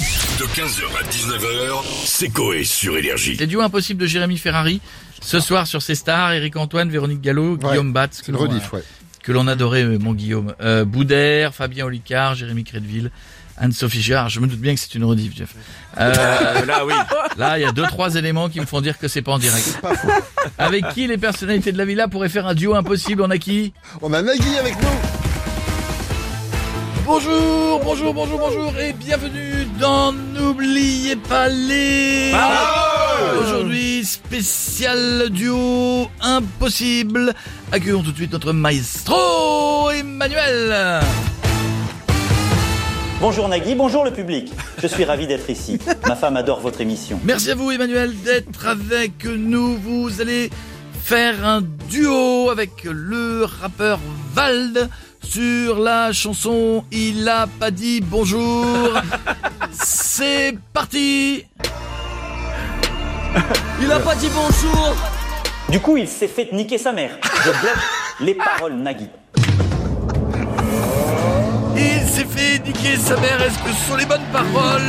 De 15h à 19h, c'est Coé sur Énergie. Les duos impossibles de Jérémy Ferrari. Ce soir sur ces stars, Eric Antoine, Véronique Gallo, Guillaume Batz, que C'est le l'on a- rediff, ouais. que l'on adorait, euh, mon Guillaume. Euh, Boudère, Fabien Olicard, Jérémy Crédville, Anne-Sophie Girard. Je me doute bien que c'est une rediff, Jeff. Euh, là, oui. Là, il y a deux, trois éléments qui me font dire que c'est pas en direct. Avec qui les personnalités de la villa pourraient faire un duo impossible On a qui On a Nagui avec nous. Bonjour, bonjour, bonjour, bonjour et bienvenue dans N'oubliez pas les... Ah Aujourd'hui, spécial duo impossible. Accueillons tout de suite notre maestro Emmanuel. Bonjour Nagui, bonjour le public. Je suis ravi d'être ici. Ma femme adore votre émission. Merci à vous Emmanuel d'être avec nous. Vous allez faire un duo avec le rappeur Vald sur la chanson Il a pas dit bonjour. C'est parti Il a pas dit bonjour Du coup, il s'est fait niquer sa mère. Je bloque les paroles Nagui. Il s'est fait niquer sa mère, est-ce que ce sont les bonnes paroles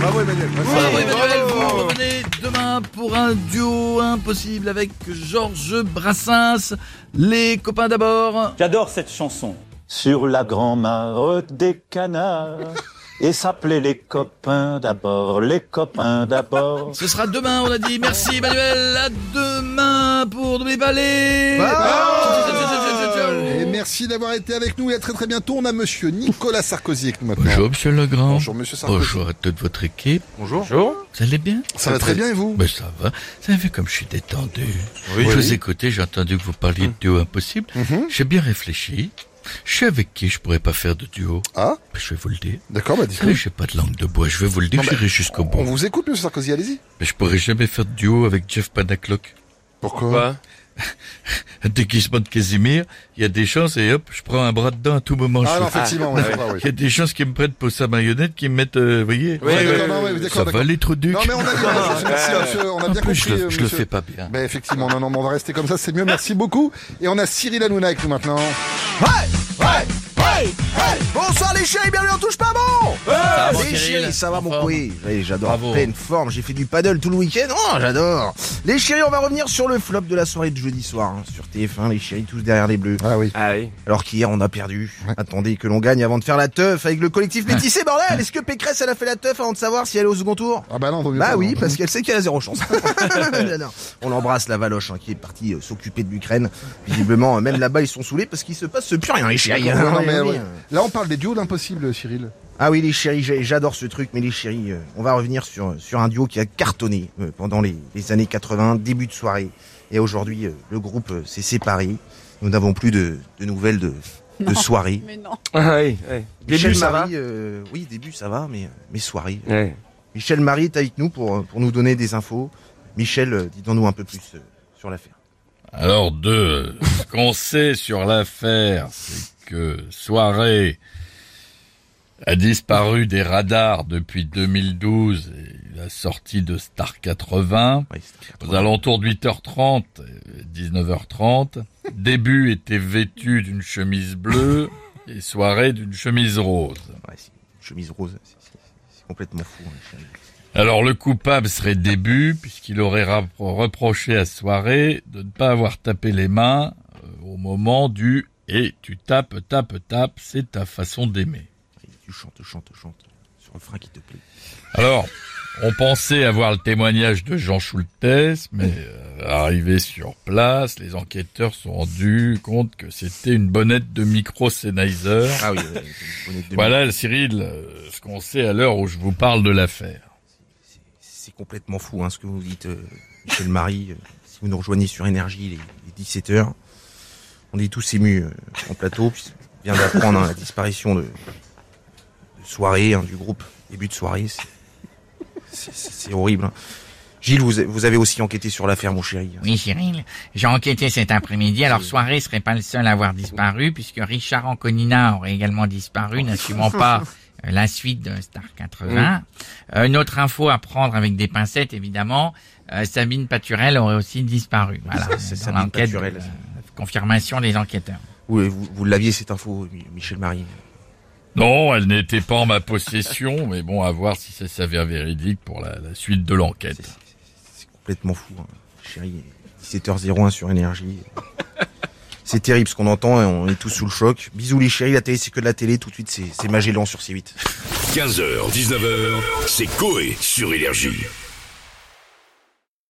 Bravo Emmanuel. Bravo Emmanuel, vous revenez demain pour un duo impossible avec Georges Brassens. Les copains d'abord. J'adore cette chanson. Sur la grand-mare des canards. Et s'appelait les copains d'abord, les copains d'abord. Ce sera demain, on a dit. Merci Emmanuel, à demain pour N'oubliez pas les Et merci d'avoir été avec nous et à très très bientôt. On a monsieur Nicolas Sarkozy avec nous maintenant. Bonjour Monsieur Legrand. Bonjour, monsieur Sarkozy. Bonjour à toute votre équipe. Bonjour. Vous allez bien Ça va très bien et vous Ben ça va. Vous avez vu comme je suis détendu. Oui. Je vous écoutais, j'ai entendu que vous parliez Hum. de duo impossible. Mhm. J'ai bien réfléchi. Je sais avec qui je pourrais pas faire de duo. Ah, Ben, Je vais vous le dire. d'accord, bah Vous dites-nous. savez, j'ai pas de langue de bois. Je vais vous le dire, Non, mais- j'irai jusqu'au On bout. vous écoute monsieur Sarkozy, allez-y. Mais je pourrais jamais faire de duo avec Jeff Panaclock. Bah, Pourquoi Un Déguisement de Casimir, il y a des chances et hop, je prends un bras dedans à tout moment. Ah je non, fais- effectivement, ouais, c'est pas, oui. Il y a des chances qu'ils me prennent pour sa marionnette, qu'ils me mettent, euh, vous voyez. Ouais, oui, Ah, d'accord, oui, non, ouais, ça d'accord, va d'accord. les trous du Non cul. mais on a bien, merci, monsieur, on a En plus, bien compris. je le, euh, je le monsieur. fais pas bien. Bah effectivement, non, non, mais on va rester comme ça, c'est mieux. Merci beaucoup. Et on a Cyril Hanouna avec nous maintenant. Bonsoir les chéris, bienvenue en touche pas bon bon, Les Eh, Cyril chéris, ça va En mon forme. couille Oui, j'adore, Bravo. en pleine forme, j'ai fait du paddle tout le week-end, oh j'adore Les chéris, on va revenir sur le flop de la soirée de jeudi soir, hein, sur TF1, les chéris tous derrière les bleus. Ah oui. Ah oui. Alors qu'hier on a perdu, attendez que l'on gagne avant de faire la teuf avec le collectif métissé, bordel Est-ce que Pécresse elle a fait la teuf avant de savoir si elle est au second tour Ah bah non, vaut mieux bah pas, oui, non. parce qu'elle sait qu'elle a zéro chance. J'adore. On l'embrasse, la Valoche, hein, qui est partie euh, s'occuper de l'Ukraine. Visiblement, euh, même là-bas, ils sont saoulés parce qu'il se passe plus rien, les chéris. Ouais, hein. non, mais, On est, ouais. euh, Là on parle des duos d'impossible, Cyril. Ah oui, les chéris, j'ai- j'adore ce truc, mais les chéris, euh, on va revenir sur, sur un duo qui a cartonné euh, pendant les, les années 80, début de soirée. Et aujourd'hui, euh, le groupe euh, s'est séparé. Nous n'avons plus de, de nouvelles de, de soirée. Mais non. Ah oui. oui. Michel Début, ça va Marie, euh, oui, début, ça va, mais, mais soirée. Ouais. Michel Marie est avec nous pour, euh, pour nous donner des infos. Michel, euh, dis-nous un peu plus euh, sur l'affaire. Alors deux, ce qu'on sait sur l'affaire, c'est que Soirée a disparu des radars depuis 2012 et la sortie de Star 80. Ouais, c'est- Aux alentours de 8h30, euh, 19h30, début était vêtu d'une chemise bleue et soirée d'une chemise rose. ouais, c'est une chemise rose, c'est- c'est c'est complètement fou. hein, les chéris. Alors le coupable serait début puisqu'il aurait rappro- reproché à soirée de ne pas avoir tapé les mains euh, au moment du et tu tapes, tapes, tapes, c'est ta façon d'aimer. Et Tu chantes, chantes, chantes sur le frein qui te plaît. Alors, on pensait avoir le témoignage de Jean Schultes, mais euh, arrivé sur place, les enquêteurs se sont rendus compte que c'était une bonnette de micro Sennheiser. Ah oui, ouais, ouais, c'est une bonne idée de- Voilà, Cyril, euh, ce qu'on sait à l'heure où je vous parle de l'affaire. C'est complètement fou hein, ce que vous dites, euh, Michel Marie. Euh, si vous nous rejoignez sur Énergie, les, 17h, on est tous émus euh, en plateau. puisqu'on vient d'apprendre hein, la disparition de, de soirée hein, du groupe, début de soirée. c'est- C'est c'est- c'est horrible. hein. Gilles, vous, a- vous avez aussi enquêté sur l'affaire, mon chéri. hein. Oui, Cyril, j'ai enquêté cet après-midi. Alors, Soirée serait pas le seul à avoir disparu, puisque Richard Anconina aurait également Oh. disparu, n'assumant pas euh, la suite de Star 80. Euh, une autre info à prendre avec des pincettes, évidemment, euh, Sabine Paturel aurait aussi disparu. Voilà, C'est dans Sabine l'enquête, euh, Paturel. confirmation des enquêteurs. Vous, vous, vous l'aviez cette info, Mi- Michel Marie. euh, Non, elle n'était pas en ma possession, mais bon, à voir si ça s'avère véridique pour la, la suite de C'est- l'enquête. c'est- C'est complètement fou, hein. chérie. 17h01 sur énergie. C'est terrible ce qu'on entend et on est tous sous le choc. Bisous les chéris, la télé c'est que de la télé, tout de suite c'est c'est Magellan sur C8. 15h, 19h, c'est Coé sur Énergie.